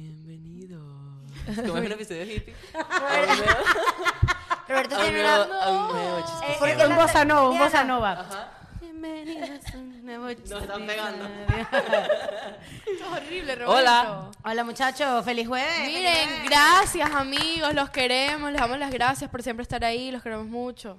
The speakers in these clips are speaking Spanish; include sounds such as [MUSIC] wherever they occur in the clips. Bienvenidos. ¿Cómo es un episodio hippie? Roberto A un tiene nuevo- una... a un nuevo chiste. Eh, Porque la- un bossa nova, un Diana, bossa nova. Ajá. Bienvenidos a un nuevo chiste. Nos están pegando. Es horrible, Roberto. Hola. Hola muchachos, feliz jueves. Miren, gracias amigos, los queremos, les damos las gracias por siempre estar ahí, los queremos mucho.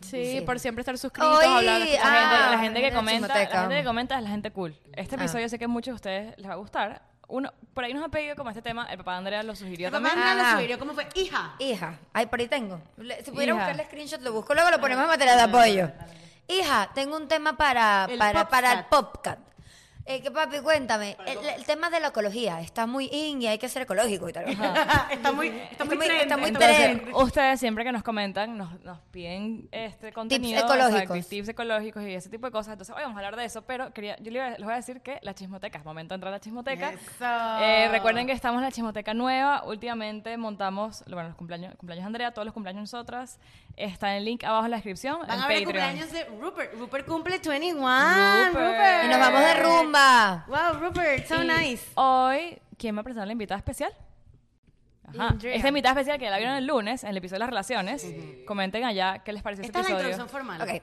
Sí, por siempre estar suscritos, Hoy- hablar con ah, mucha La, gente, la la gente gente de que la comenta, chismoteca. la gente que comenta es la gente cool. Ah. Este episodio sé que a muchos de ustedes les va a gustar. Uno, por ahí nos ha pedido como este tema, el papá de Andrea lo sugirió El papá también. Andrea Ajá. lo sugirió, ¿cómo fue? Hija. Hija, ay, por ahí tengo. Le- Si pudiera Hija. buscar el screenshot, lo busco, luego lo ponemos en material de apoyo. Hija, tengo un tema para, El para, para el popcat. popcat. Eh, que papi, cuéntame, el, el tema de la ecología está muy in y hay que ser ecológico y tal. Ah. [LAUGHS] está muy, está muy muy- trend, está muy Entonces, trend. ustedes siempre que nos comentan nos, nos piden este contenido ecológicos. exacto, y tips ecológicos y ese tipo de cosas. Entonces, hoy vamos a hablar de eso, pero quería, yo le iba- les voy a decir que la chismoteca, es momento de entrar a la chismoteca. Eso. Eh, recuerden que estamos en la Chismoteca Nueva. Últimamente montamos, bueno, los cumpleaños, el cumpleaños de Andrea, todos los cumpleaños de nosotras. Está el link abajo en la descripción. Van en a ver el Patreon. cumpleaños de Rupert. Rupert cumple 21. Rupert. Rupert. Y nos vamos Eh. de rumba. Wow, Rupert, so Y nice. Hoy, ¿quién me presentó a la invitada especial? Ajá. Andrea. Esta invitada especial que la vieron el lunes en el episodio de las relaciones. Comenten allá qué les pareció este Esta es la episodio. introducción formal. Ok.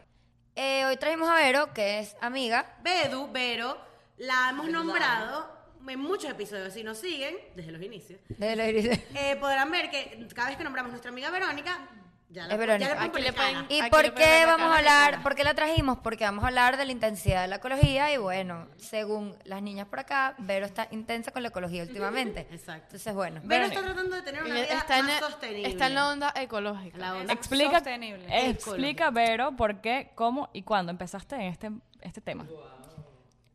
Eh, hoy trajimos a Vero, que es amiga. Bedu, Vero, la hemos nombrado en muchos episodios. Si nos siguen, desde los inicios, De la Iris. eh, podrán ver que cada vez que nombramos a nuestra amiga Verónica, ya la, Es Verónica. ya le Aquí le ponen cara. ponen- ¿Y Aquí por lo qué pueden ver la vamos a cara, hablar? cara. ¿Por qué la trajimos? Porque vamos a hablar de la intensidad de la ecología y bueno, según las niñas por acá, Vero está intensa con la ecología últimamente. Exacto. Entonces, bueno. Vero Verónica. está tratando de tener una vida Está en, más sostenible. está en la onda ecológica. La onda Explica, eh, Sostenible. explica Vero, por qué, cómo y cuándo empezaste en este, este tema.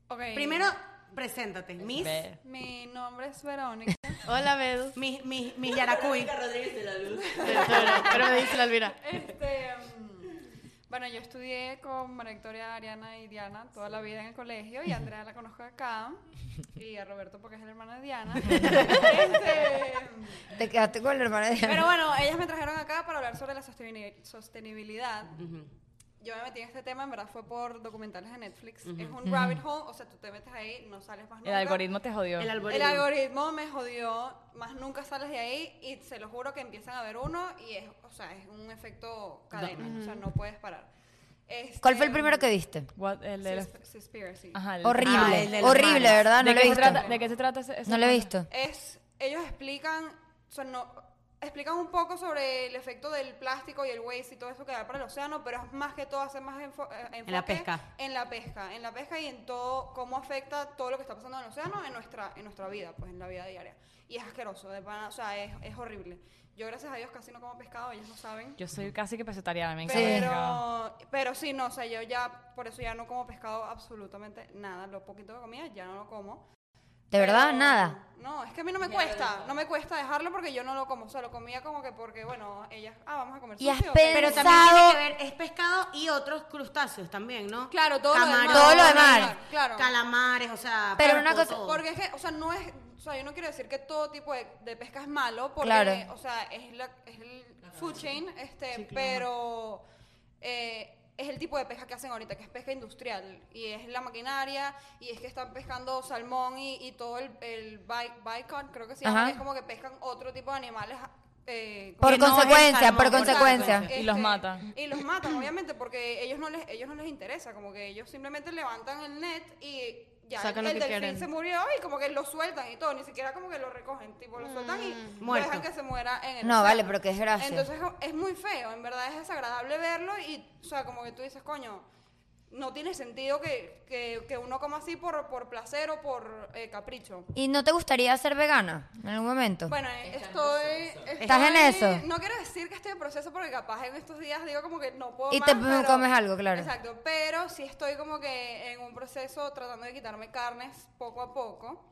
Ok. Primero, preséntate, Miss, Ve- Mi nombre [LAUGHS] es Verónica. Hola, Bedu. Miss, Miss, Miss Yaracuy. Pero me dice la Elvira. este, mm, bueno, yo estudié con María Victoria, Ariana y Diana toda la vida en el colegio y a Andrea la conozco acá y a Roberto porque es el hermano de Diana. [LAUGHS] Este, Te quedaste con la hermana de Diana. pero bueno, ellas me trajeron acá para hablar sobre la sostenibil- sostenibilidad. Yo me metí en este tema, en verdad fue por documentales de Netflix. Es un rabbit hole, o sea, tú te metes ahí, no sales más El nunca. algoritmo te jodió. El El algoritmo. algoritmo me jodió, más nunca sales de ahí y se lo juro que empiezan a ver uno y es, o sea, es un efecto cadena, o sea, no puedes parar. [LAUGHS] Este, ¿Cuál fue el primero que viste? What- el de los- Sus- Suspiracy. ajá, el- Ah, Horrible, el de las horrible, manos. ¿verdad? No ¿De, lo he qué se visto. trata, ¿De qué se trata ese, ese No lo he tema? visto. Es, ellos explican, o sea, no, explican un poco sobre el efecto del plástico y el waste y todo eso que da para el océano, pero es más que todo hace más enfo- eh, enfoque la pesca. En la pesca, en la pesca y en todo, cómo afecta todo lo que está pasando en el océano en nuestra, en nuestra vida, pues en la vida diaria. Y es asqueroso, de pana, o sea, es, es horrible. Yo gracias a Dios casi no como pescado, ellos no saben. Yo soy casi que pesetariana, me encanta el pescado. Pero, pero sí, no, o sea, yo ya, por eso ya no como pescado absolutamente nada. Lo poquito que comía ya no lo como. ¿De verdad? Pero, Nada. No, es que a mí no me cuesta, no me cuesta dejarlo porque yo no lo como, o sea, lo comía como que porque, bueno, ellas, ah, vamos a comer Y has sushi, ok. pe- Pero también tiene que ver, es pescado y otros crustáceos también, ¿no? Claro, todo lo Camarones, demás. Todo lo demás. Claro. Calamares, o sea, Pero pulpo, una cosa- todo. Porque es que, o sea, no es, o sea, yo no quiero decir que todo tipo de, de pesca es malo, porque, Claro. o sea, es, la, es el food chain, este, pero eh, es el tipo de pesca que hacen ahorita, que es pesca industrial, y es la maquinaria, y es que están pescando salmón y, y todo el, el bai- bycon, creo que se llama, Ajá. que es como que pescan otro tipo de animales. eh, como- Por no es consecuencia, salmón, por por consecuencia. Exacto, Y los este, matan. Y los matan, obviamente, porque ellos no les, ellos no les interesa, como que ellos simplemente levantan el net y ya Sacan el, lo el que delfín quieren. se murió y como que lo sueltan y todo, ni siquiera como que lo recogen, tipo lo sueltan y lo Muerto. dejan que se muera en el No, océano. vale, pero qué desgracia. Entonces es muy feo, en verdad es desagradable verlo y, o sea, como que tú dices, coño, no tiene sentido que, que, que uno coma así por, por placer o por eh, capricho. ¿Y no te gustaría ser vegana en algún momento? Bueno, estoy, ¿Estás en estoy- eso? No quiero decir que estoy en proceso porque capaz en estos días digo como que no puedo Y más, te pero- comes algo, claro. Exacto, pero sí estoy como que en un proceso tratando de quitarme carnes poco a poco.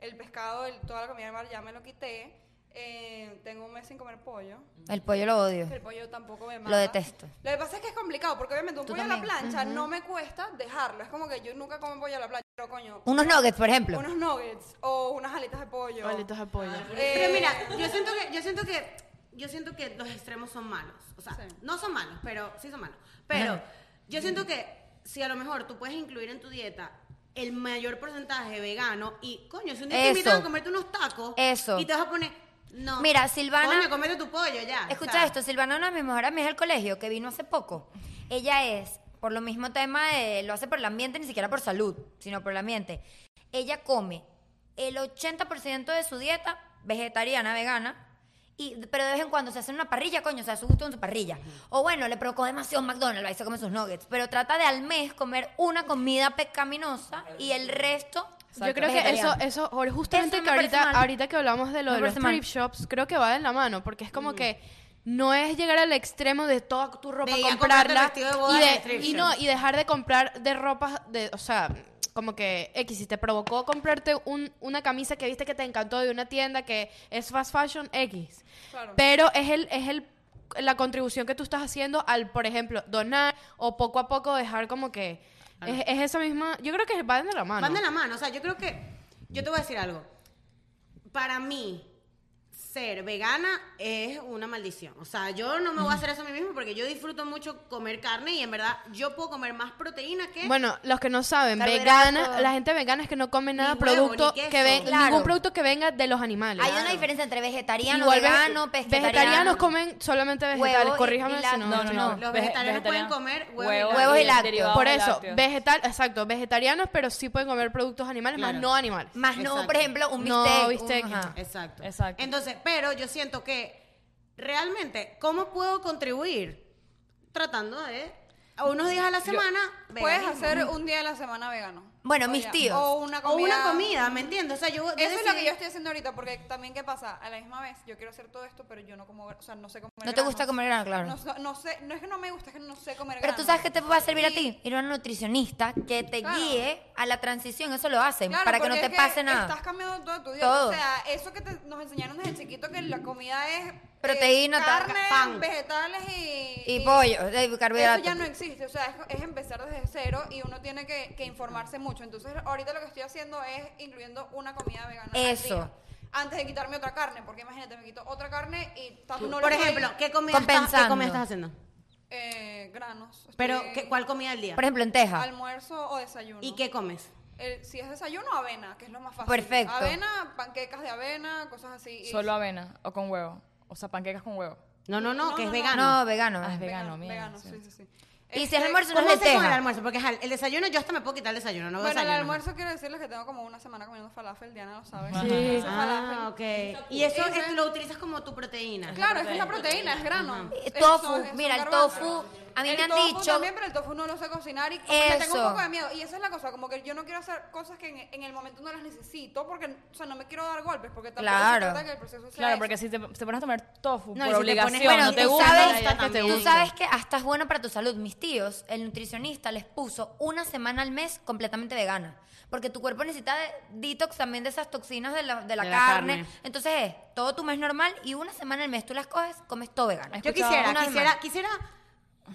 El pescado, el- toda la comida de mar ya me lo quité. Eh, tengo un mes sin comer pollo. El pollo lo odio. El pollo tampoco me mata. detesto. Lo que pasa es que es complicado porque obviamente un Tú pollo a también. la plancha no me cuesta dejarlo. Es como que yo nunca como pollo a la plancha, pero coño. Unos nuggets, por ejemplo. Unos nuggets o unas alitas de pollo. Palitos de pollo. Eh, Pero mira, yo siento que, yo siento que, yo siento que los extremos son malos. O sea, Sí. no son malos, pero sí son malos. Pero yo siento que si a lo mejor tú puedes incluir en tu dieta el mayor porcentaje vegano y, coño, si un día Eso. te invitan a comerte unos tacos Eso. y te vas a poner, no. Mira, Silvana- Coño, comete tu pollo ya. Escucha o sea, esto, Silvana, una de mis mejores amigas del colegio, que vino hace poco, ella es, por lo mismo tema, de, lo hace por el ambiente, ni siquiera por salud, sino por el ambiente. Ella come el 80% de su dieta vegetariana, vegana, y, pero de vez en cuando se hace una parrilla, coño, se hace su gusto en su parrilla. O bueno, le provocó demasiado McDonald's, ahí se come sus nuggets, pero trata de al mes comer una comida pecaminosa y el resto... Yo creo que eso, vegetariano. eso o justamente Eso me que parece ahorita, mal. ahorita que hablamos de lo Me de los parece mal. trip shops, creo que va de la mano, porque es como que no es llegar al extremo de toda tu ropa De ir a comprarte el comprarla vestido de boda y, en de- el thrift y shop. no y dejar de comprar de ropas de, o sea, como que X si te provocó comprarte un- una camisa que viste que te encantó de una tienda que es fast fashion X. Claro. Pero es el es el la contribución que tú estás haciendo al, por ejemplo, donar o poco a poco dejar como que es, es esa misma, yo creo que va de Ah, la mano. Van de la mano. O sea, yo creo que. Yo te voy a decir algo. Para mí, ser vegana es una maldición. O sea, yo no me voy a hacer eso a mí mismo porque yo disfruto mucho comer carne y en verdad yo puedo comer más proteína que. Bueno, los que no saben, Carbohidratos. vegana, la gente vegana es que no come nada Ni huevo, producto ni queso. que ven- Claro. ningún producto que venga de los animales. Hay una diferencia entre vegetariano, Igual ve- vegano, pescetariano. vegetarianos comen solamente vegetales, Huevo y- corríjame y la- si no. no, no, estoy no. mal. Los Vege- vegetarianos pueden vegetariano. comer huevo y Huevos y lácteos. derivados Por de eso, lácteos. vegetal, exacto, vegetarianos, pero sí pueden comer productos animales, más Claro. no animales. Más no, Exacto. por ejemplo, un No, bistec. un- bistec. ajá. Exacto. Exacto. Entonces, pero yo siento que realmente, ¿cómo puedo contribuir? Tratando de. a Unos días a la semana, Puedes veganismo. hacer un día de la semana vegano. Bueno, O mis ya. tíos. O una O comida. una comida, ¿me entiendes? O sea, yo. Eso es lo que decidí- yo estoy haciendo ahorita, porque también, ¿qué pasa? A la misma vez, yo quiero hacer todo esto, pero yo no como, gra- o sea, no sé comer No te gusta granos. comer grano, claro. No, so- no sé, no es que no me gusta, es que no sé comer Pero tú granos. sabes que te va a servir a Y- ti. Ir a una nutricionista que te Claro. guíe a la transición. Eso lo hacen Claro, para que no porque te es pase nada. Estás cambiando todo tu dieta. Todo. O sea, eso que te- nos enseñaron desde chiquito que la comida es eh, Proteína, tal, carne, pan. vegetales y, Y pollo, eh, Eso carbohidratos. ya no existe, o sea, es, es empezar desde cero y uno tiene que, que informarse mucho. Entonces, ahorita lo que estoy haciendo es incluyendo una comida vegana. al Eso. día, antes de quitarme otra carne, porque imagínate, me quito otra carne y ta- no Por le doy, ejemplo, ¿qué comida, estás, ¿qué Compensando. comida estás haciendo? eh, granos. Estoy- Pero, ¿qué- ¿cuál comida del día? Por ejemplo, en Texas. Almuerzo o desayuno. ¿Y qué comes? El- si es desayuno, avena, que es lo más fácil. Perfecto. Avena, panquecas de avena, cosas así. Y- Solo avena o con huevo. O sea, panquecas con huevo. No, no, no, No, que es no, no. vegano. No, vegano. Ah, es eh. vegano, mierda, Vegano, sí. sí, sí, sí. Y si Este, es almuerzo, no ¿Cómo es haces con el lenteja. almuerzo? Porque ajá, el desayuno yo hasta me puedo quitar el desayuno, no Bueno, el desayuno. almuerzo quiero decirles que tengo como una semana comiendo falafel, Diana lo sabe. Sí. Ese falafel. Ah, ok. Y eso Ese- es- lo utilizas como tu proteína. Claro, es que es la proteína, es grano. Eh, Es- tofu, son- son mira, el garbanzos. tofu, a mí El me han tofu dicho- también, pero el tofu no lo sé cocinar y como que tengo Eso. un poco de miedo. Y esa es la cosa, como que yo no quiero hacer cosas que en, en el momento no las necesito porque, o sea, no me quiero dar golpes porque tampoco se Claro. trata que el proceso sea Claro, eso. porque si te, te pones a comer tofu No, y si te por pones- obligación, Bueno, no y te tú gusta, sabes- la idea es que te también. Tú gusta. sabes que hasta es bueno para tu salud. Mis tíos, el nutricionista les puso una semana al mes completamente vegana. Porque tu cuerpo necesita de- detox también de esas toxinas de la, de la De la carne. carne. Entonces es todo tu mes normal y una semana al mes tú las coges, comes todo vegano. Yo quisiera, Una quisiera, semana. quisiera.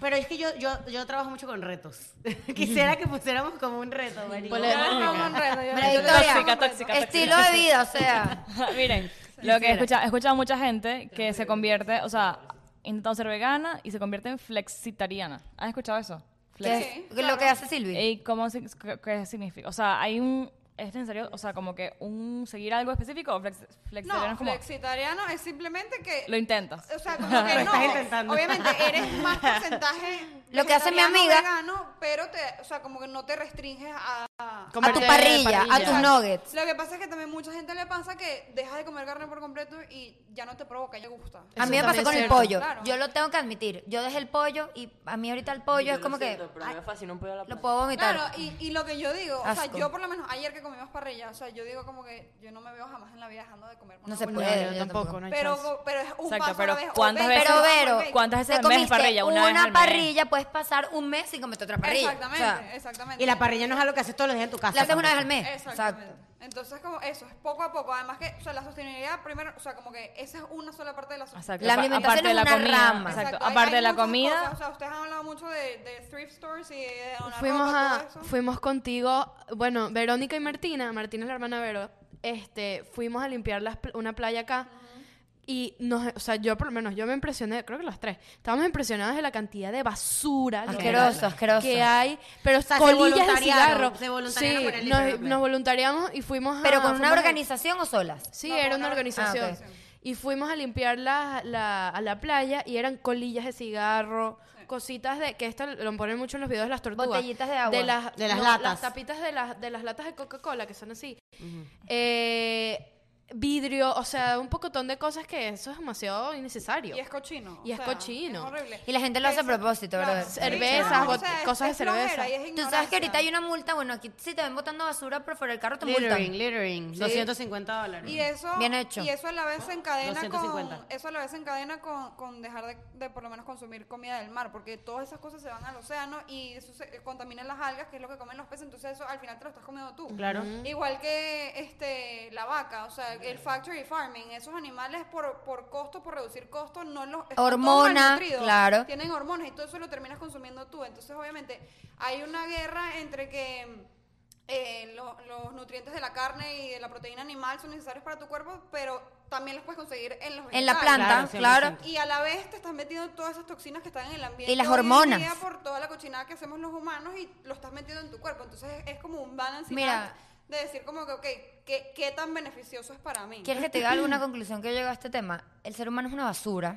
Pero es que yo, yo, yo trabajo mucho con retos. [LAUGHS] quisiera que pusiéramos como un reto, marico. Ponle- No, no, no, no, yo- [LAUGHS] María yo- Victoria, Tóxica, tóxica, Estilo de vida, o sea. [LAUGHS] Miren, lo que he escuchado, he escuchado mucha gente que se convierte, o sea, intentado ser vegana y se convierte en flexitariana. ¿Has escuchado eso? que es Sí, Lo claro. que hace Silvi. ¿Y cómo se- qué- qué significa? O sea, hay un es necesario, o sea, como que un seguir algo específico o flex, flexitariano No, es como flexitariano es simplemente que lo intentas. O sea, como que estás no. intentando. Obviamente eres más porcentaje. Lo que hace mi vegetariano, amiga- vegano, pero te, o sea, como que no te restringes a. a tu Comerte parrilla, a parrilla. tus nuggets. Lo que pasa es que también mucha gente le pasa que deja de comer carne por completo y ya no te provoca, ya te gusta. A mí me Eso pasó también con es el cierto. pollo. Claro. Yo lo tengo que admitir. Yo dejé el pollo y a mí ahorita el pollo Yo es lo como que siento, Pero a mí me fascina un pollo a la lo plancha. puedo vomitar. Claro, y, y lo que yo digo, o sea, Asco. yo por lo menos ayer que comimos parrilla, o sea, yo digo como que yo no me veo jamás en la vida dejando de comer. una No se buena puede, parrilla. yo tampoco. no hay Pero, chance. co- pero es un Exacto, paso pero a la vez. o ¿cuántas veinte veces- Pero, pasos al Vero, vez. ¿cuántas veces Te al mes comiste parrilla? Una una, vez al mes. parrilla, puedes pasar un mes sin comerte otra parrilla. Exactamente, O sea, exactamente. Y la parrilla no es algo que haces todos los días en tu casa. la haces una vez al tampoco. mes. Exactamente. Exacto. Entonces, como eso, es poco a poco. Además que, o sea, la sostenibilidad, primero, o sea, como que esa es una sola parte de la sostenibilidad. Exacto, La apa- alimentación aparte de es la una comida, rama. exacto, hay- aparte hay de la muchas comida, cosas, o sea, ustedes han hablado mucho de, de thrift stores y de donar Fuimos, ropa, a, todo eso. fuimos contigo, bueno, Verónica y Martina, Martina es la hermana de Vero, este, fuimos a limpiar las pl- una playa acá Y nos, o sea, yo por lo menos, yo me impresioné, creo que los tres, estábamos impresionados de la cantidad de basura que- Ah, Asqueroso, asqueroso. que hay, pero sea, se colillas de voluntariaron, cigarro. se voluntariaron sí, por el nos, Instagram. nos voluntariamos y fuimos a- Pero con fuimos una a- organización o solas. Sí, No, era con una una organización. organización. Y fuimos a limpiar la, la- a la playa y eran colillas de cigarro, cositas de que esto lo ponen mucho en los videos de las tortugas. Botellitas de agua. De las, De las no, latas. Las tapitas de las, de las latas de Coca-Cola, que son así. Eh, vidrio, o sea, un pocotón de cosas que eso es demasiado innecesario. Y es cochino. Y es cochino. es horrible. Y la gente lo hace a Eso- propósito, claro, brother. sí, Cervezas, no, o bot- sea, es- cosas de es flojera cerveza. y es Tú sabes que ignorancia. ahorita hay una multa, bueno, aquí si te ven botando basura por fuera del carro te Littering, multan. littering. 250 dólares. Y eso, Bien hecho. Y eso a la vez se encadena 250. con eso a la vez se encadena con, con dejar de, de por lo menos consumir comida del mar, porque todas esas cosas se van al océano y eso se- eh, contaminan las algas, que es lo que comen los peces, entonces eso al final te lo estás comiendo tú. Claro. Igual que este la vaca, o sea, el factory farming, esos animales por, por costo, por reducir costo, no los están todos Hormona, malnutridos, claro. Tienen hormonas y todo eso lo terminas consumiendo tú. Entonces, obviamente, hay una guerra entre que eh, lo- los nutrientes de la carne y de la proteína animal son necesarios para tu cuerpo, pero también los puedes conseguir en los En la vegetales. planta, Claro, claro. 100%. Y a la vez te estás metiendo todas esas toxinas que están en el ambiente. Y las hoy en hormonas. día por toda la cochinada que hacemos los humanos y lo estás metiendo en tu cuerpo. Entonces es como un balance Mira. de decir como que, ok, ¿qué, qué tan beneficioso es para mí? ¿Quieres que te diga alguna conclusión que yo llego a este tema? El ser humano es una basura.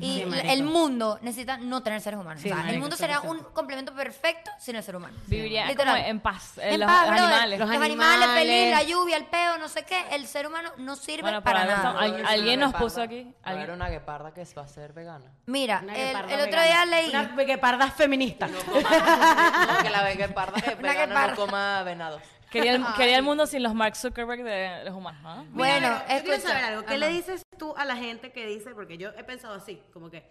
Y Sí, l- marico. el mundo necesita no tener seres humanos. o Sí, sea, el marico, mundo eso será lo un siento. complemento perfecto sin el ser humano. Viviría Literal. como en paz, eh, En los, paz, los brother. animales. Los Los animales, animales. feliz, la lluvia, el peo, no sé qué. El ser humano no sirve Bueno, por para algo nada. estamos- Al- alguien nos puso aquí, A ver, alguien. una gueparda que va a ser [LAUGHS] vegana. Mira, Una el, gueparda el otro vegana. día leí. Una gueparda feminista. No, que la gueparda que es Una vegana gueparda. no coma venados. Quería el, quería el mundo sin los Mark Zuckerberg de los humanos. ¿ah? Bueno, Mira, yo quiero escucha. saber algo. ¿Qué Ajá. le dices tú a la gente que dice, porque yo he pensado así, como que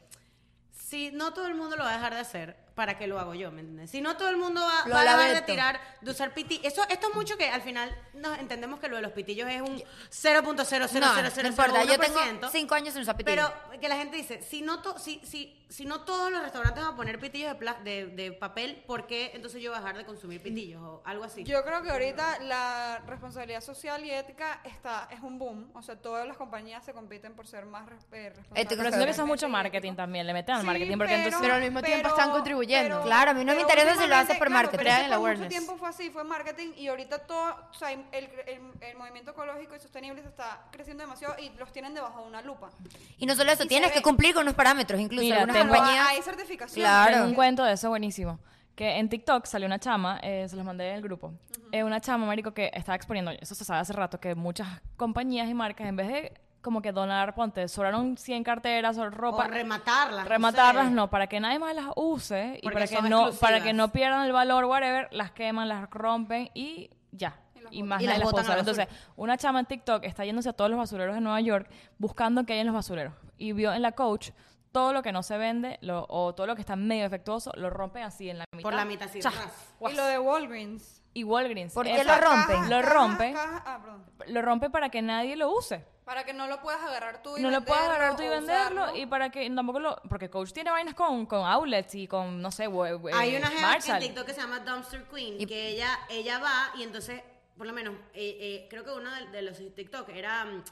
si no todo el mundo lo va a dejar de hacer, ¿para qué lo hago yo? ¿Me entiendes? Si no todo el mundo va, Lo va a dejar de lamento. tirar, de usar pitillos. Eso, esto es mucho que al final nos entendemos que lo de los pitillos es un 0.0000001%. No, no importa. Yo tengo cinco años sin usar pitillo. Pero que la gente dice, si no, to- si, si, si no todos los restaurantes van a poner pitillos de, pla- de, de papel, ¿por qué entonces yo voy a dejar de consumir pitillos o algo así? Yo creo que ahorita la responsabilidad social y ética está es un boom. O sea, todas las compañías se compiten por ser más res- eh, responsables. Éticos, Pero siento que eso es mucho marketing también, le meten al Sí, marketing porque entonces... Pero al mismo tiempo están contribuyendo. Claro, a mí no me interesa si lo últimamente, haces por marketing, pero eso hagan el por awareness. Mucho tiempo fue así, fue marketing y ahorita todo, o sea, el, el- el movimiento ecológico y sostenible se está creciendo demasiado y los tienen debajo de una lupa. Y no solo eso, Y tienes se que ve. cumplir con unos parámetros, incluso Mira, algunas tengo- Ah, compañías. Hay certificaciones. Claro. Tengo un cuento de eso buenísimo. Que en TikTok salió una chama, eh, se los mandé en el grupo. Eh, una chama, marico, que estaba exponiendo, eso se sabe hace rato, que muchas compañías y marcas, en vez de como que donar, ponte, sobraron 100 carteras o o ropa, rematarlas. rematarlas sé. no, para que nadie más las use y Porque para que, son no, para que exclusivas. no pierdan el valor, whatever, las queman, las rompen y ya. Y, más Y nadie las las puede botan a usar. la Entonces, una chama en TikTok está yéndose a todos los basureros de Nueva York buscando qué hay en los basureros. Y vio en la coach todo lo que no se vende lo- o todo lo que está medio defectuoso, lo rompen así en la mitad. Por la mitad, sí. Chas. ras. Guas. Y lo de Walgreens. Y Walgreens. ¿Por qué Esa- lo rompen? Lo Cajas, rompe. cajas- ah, perdón. Lo rompe para que nadie lo use. Para que no lo puedas agarrar tú y no lo puedes agarrar tú y o venderlo usarlo. y para que tampoco lo porque coach tiene vainas con, con outlets y con no sé we- Pues, we- Hay una jeva en Marshall. TikTok que se llama Dumpster Queen, que ella, ella va y entonces, por lo menos, eh, eh, creo que uno de, de los TikTok era mm,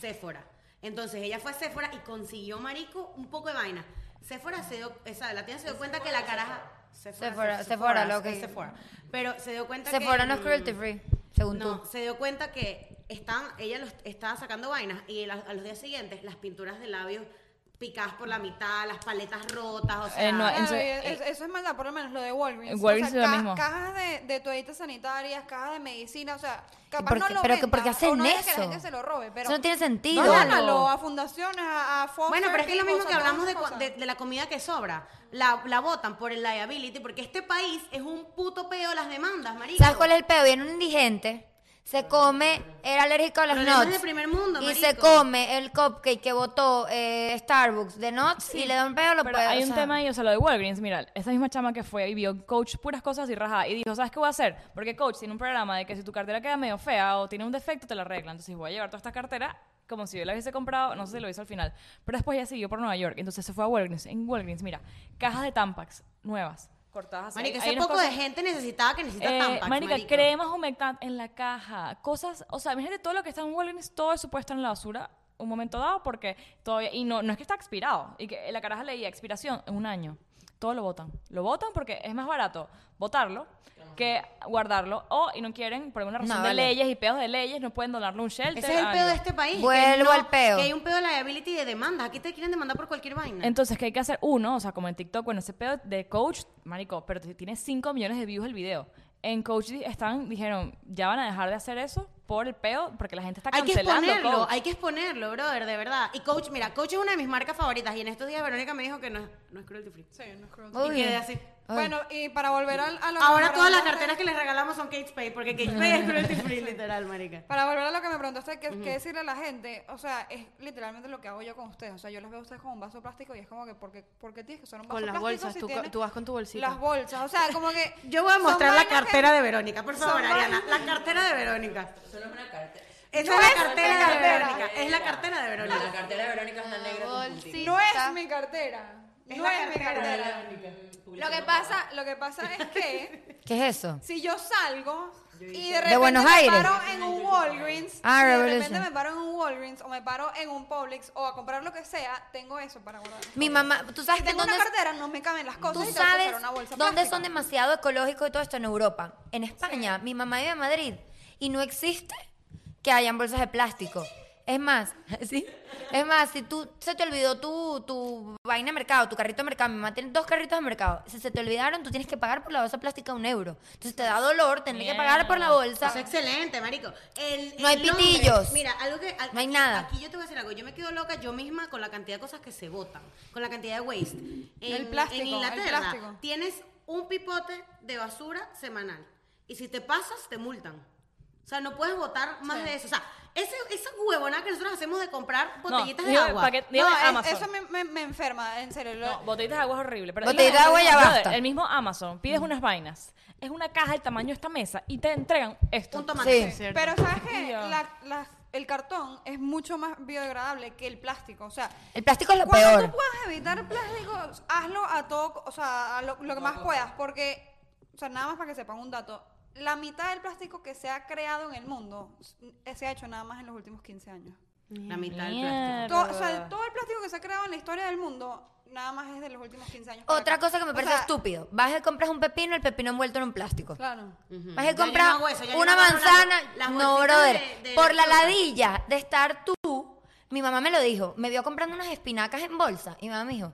Sephora. Entonces ella fue a Sephora y consiguió, marico, un poco de vaina. Sephora se dio, esa, la tía se dio cuenta que la caraja... Sephora, sí, Sephora, lo sí, que- Sephora. Pero se dio cuenta que... Sephora no es mm, cruelty free, según no, tú. se dio cuenta que estaban, ella los, estaba sacando vainas y la- a los días siguientes las pinturas de labios picadas por la mitad, las paletas rotas, o sea... Eh, no, en Claro, su- y es- eso es maldad, por lo menos lo de Walgreens. En Walgreens es lo ca- mismo. Cajas de, de toallitas sanitarias, cajas de medicina, o sea, capaz por no qué- lo pero que- vendas, ¿por qué hacen o no dejes Que eso? la gente se lo robe, pero Eso no tiene sentido. Dónalo a fundaciones, a, a foster Bueno, pero es que es lo people, mismo que o sea, hablamos de, todas esas cua- cosas. de, de la comida que sobra. La, la votan por el liability, porque este país es un puto peo las demandas, marico. ¿Sabes cuál es el pedo? Viene un indigente, se come, era alérgico a las Problemas nuts. de primer mundo, y marico. se come el cupcake que botó eh, Starbucks de nuts y le da un pedo, lo Pero puede, hay o un sea, tema ahí, o sea, lo de Walgreens, mira, esta misma chama que fue y vio coach puras cosas y rajada y dijo, ¿sabes qué voy a hacer? Porque coach tiene un programa de que si tu cartera queda medio fea o tiene un defecto, te la arreglan. Entonces voy a llevar toda esta cartera como si yo la hubiese comprado, no sé si lo hizo al final. Pero después ya siguió por Nueva York, entonces se fue a Walgreens. En Walgreens, mira, cajas de Tampax nuevas, cortadas así. Marico, Hay ese unas poco cosas- de gente necesitaba que necesita Eh, Tampax, marica, marico. cremas humectantes en la caja, cosas, o sea, imagínate todo lo que está en Walgreens, todo es supuesto en la basura un momento dado porque todavía, y no, no es que está expirado, y que la caraja leía expiración en un año. Todo lo votan. Lo votan porque es más barato votarlo que guardarlo. O, y no quieren, por alguna razón No, de vale. leyes y peos de leyes, no pueden donarlo a un shelter. Ese es el algo. pedo de este país. que Vuelvo al peo. Que hay un pedo de liability y de demanda. Aquí te quieren demandar por cualquier vaina. Entonces, ¿qué hay que hacer? Uno, o sea, como en TikTok, bueno, ese pedo de coach, marico, pero t- tiene 5 millones de views el video. En coach di- están, dijeron, ya van a dejar de hacer eso por el pedo, porque la gente está hay que cancelando. exponerlo, Coach. hay que exponerlo, brother, de verdad. Y Coach, mira, Coach es una de mis marcas favoritas. Y en estos días Verónica me dijo que no es, no es cruelty free. Sí, no es cruel. Uy. Y quedé así. Ay. Bueno, y para volver al- a lo que Ahora me todas las preguntaste- carteras que les regalamos son Kate Spade, porque Kate Spade es cruelty free, [LAUGHS] literal, marica. Para volver a lo que me preguntaste, ¿qué, qué decirle a la gente? O sea, es literalmente lo que hago yo con ustedes. O sea, yo les veo a ustedes con un vaso plástico y es como que, ¿por qué, por qué tienes que usar un vaso Con las plástico bolsas, si tú, co- tienes tú vas con tu bolsita. Las bolsas, o sea, como que... [LAUGHS] Yo voy a son mostrar la vainas que- cartera de Verónica, por favor, son Ariana. vainas- La cartera de Verónica. Solo es una cartera. Esa No es es la cartera mi de cartera. Verónica. Es la cartera de Verónica. La cartera de Verónica es una negra con puntito. No es mi cartera. Es no la es mi cartera de cartera. Lo que pasa, lo que pasa es [LAUGHS] que ¿Qué es eso? si yo salgo y de ¿De repente Buenos me Aires? paro en un Walgreens, Ah, y de Revolution. repente me paro en un Walgreens o me paro en un Publix o a comprar lo que sea, tengo eso para guardar. Mi mamá, tú sabes Si que tengo una dónde- cartera, no me caben las cosas. Tú y tengo que usar sabes una bolsa dónde plástica. son demasiado ecológicos y todo esto en Europa. En España, mi mamá vive en Madrid y no existe que hayan bolsas de plástico. Es más, [LAUGHS] ¿sí? Es más, si tú se te olvidó tu, tu vaina de mercado, tu carrito de mercado, mi mamá tiene dos carritos de mercado. Si se te olvidaron, tú tienes que pagar por la bolsa plástica un euro. Entonces te da dolor tener que pagar por la bolsa. Eso es excelente, marico. El- No hay el Londres, pitillos. mira, algo que. al- No hay nada. Aquí yo te voy a decir algo. Yo me quedo loca yo misma con la cantidad de cosas que se botan, con la cantidad de waste. En, El plástico, en el Inglaterra plástico. tienes un pipote de basura semanal. Y si te pasas, te multan. O sea, no puedes botar más de eso. O sea, ese, esa huevona que nosotros hacemos de comprar botellitas de digo, agua. paquet- digo, No, de es- Amazon. eso me, me- me enferma, en serio. lo- No, botellitas de agua es horrible. Pero es Botellita de lo mismo, agua ya brother, basta. El mismo Amazon, pides unas vainas. Es una caja del tamaño de esta mesa y te entregan esto. Un tomate. Sí. Cierto. Pero sabes que Ya. el cartón es mucho más biodegradable que el plástico. O sea, El plástico es lo cuando peor. tú puedas evitar plástico, hazlo a todo, co- o sea, a lo, lo que más puedas, porque, o sea, nada más para que sepan un dato. La mitad del plástico que se ha creado en el mundo s- se ha hecho nada más en los últimos 15 años. La mitad del Mierda. plástico. Todo, o sea, todo el plástico que se ha creado en la historia del mundo, nada más es de los últimos 15 años. para Otra acá. cosa que me O parece sea, estúpido. Vas y compras un pepino, el pepino envuelto en un plástico. Claro. Vas a Ya yo comprar no hago eso, ya yo una no compro las- manzana. las no, bolsitas brother. de- de por la fruta. ladilla de estar tú. Mi mamá me lo dijo. Me vio comprando unas espinacas en bolsa. Y mi mamá me dijo,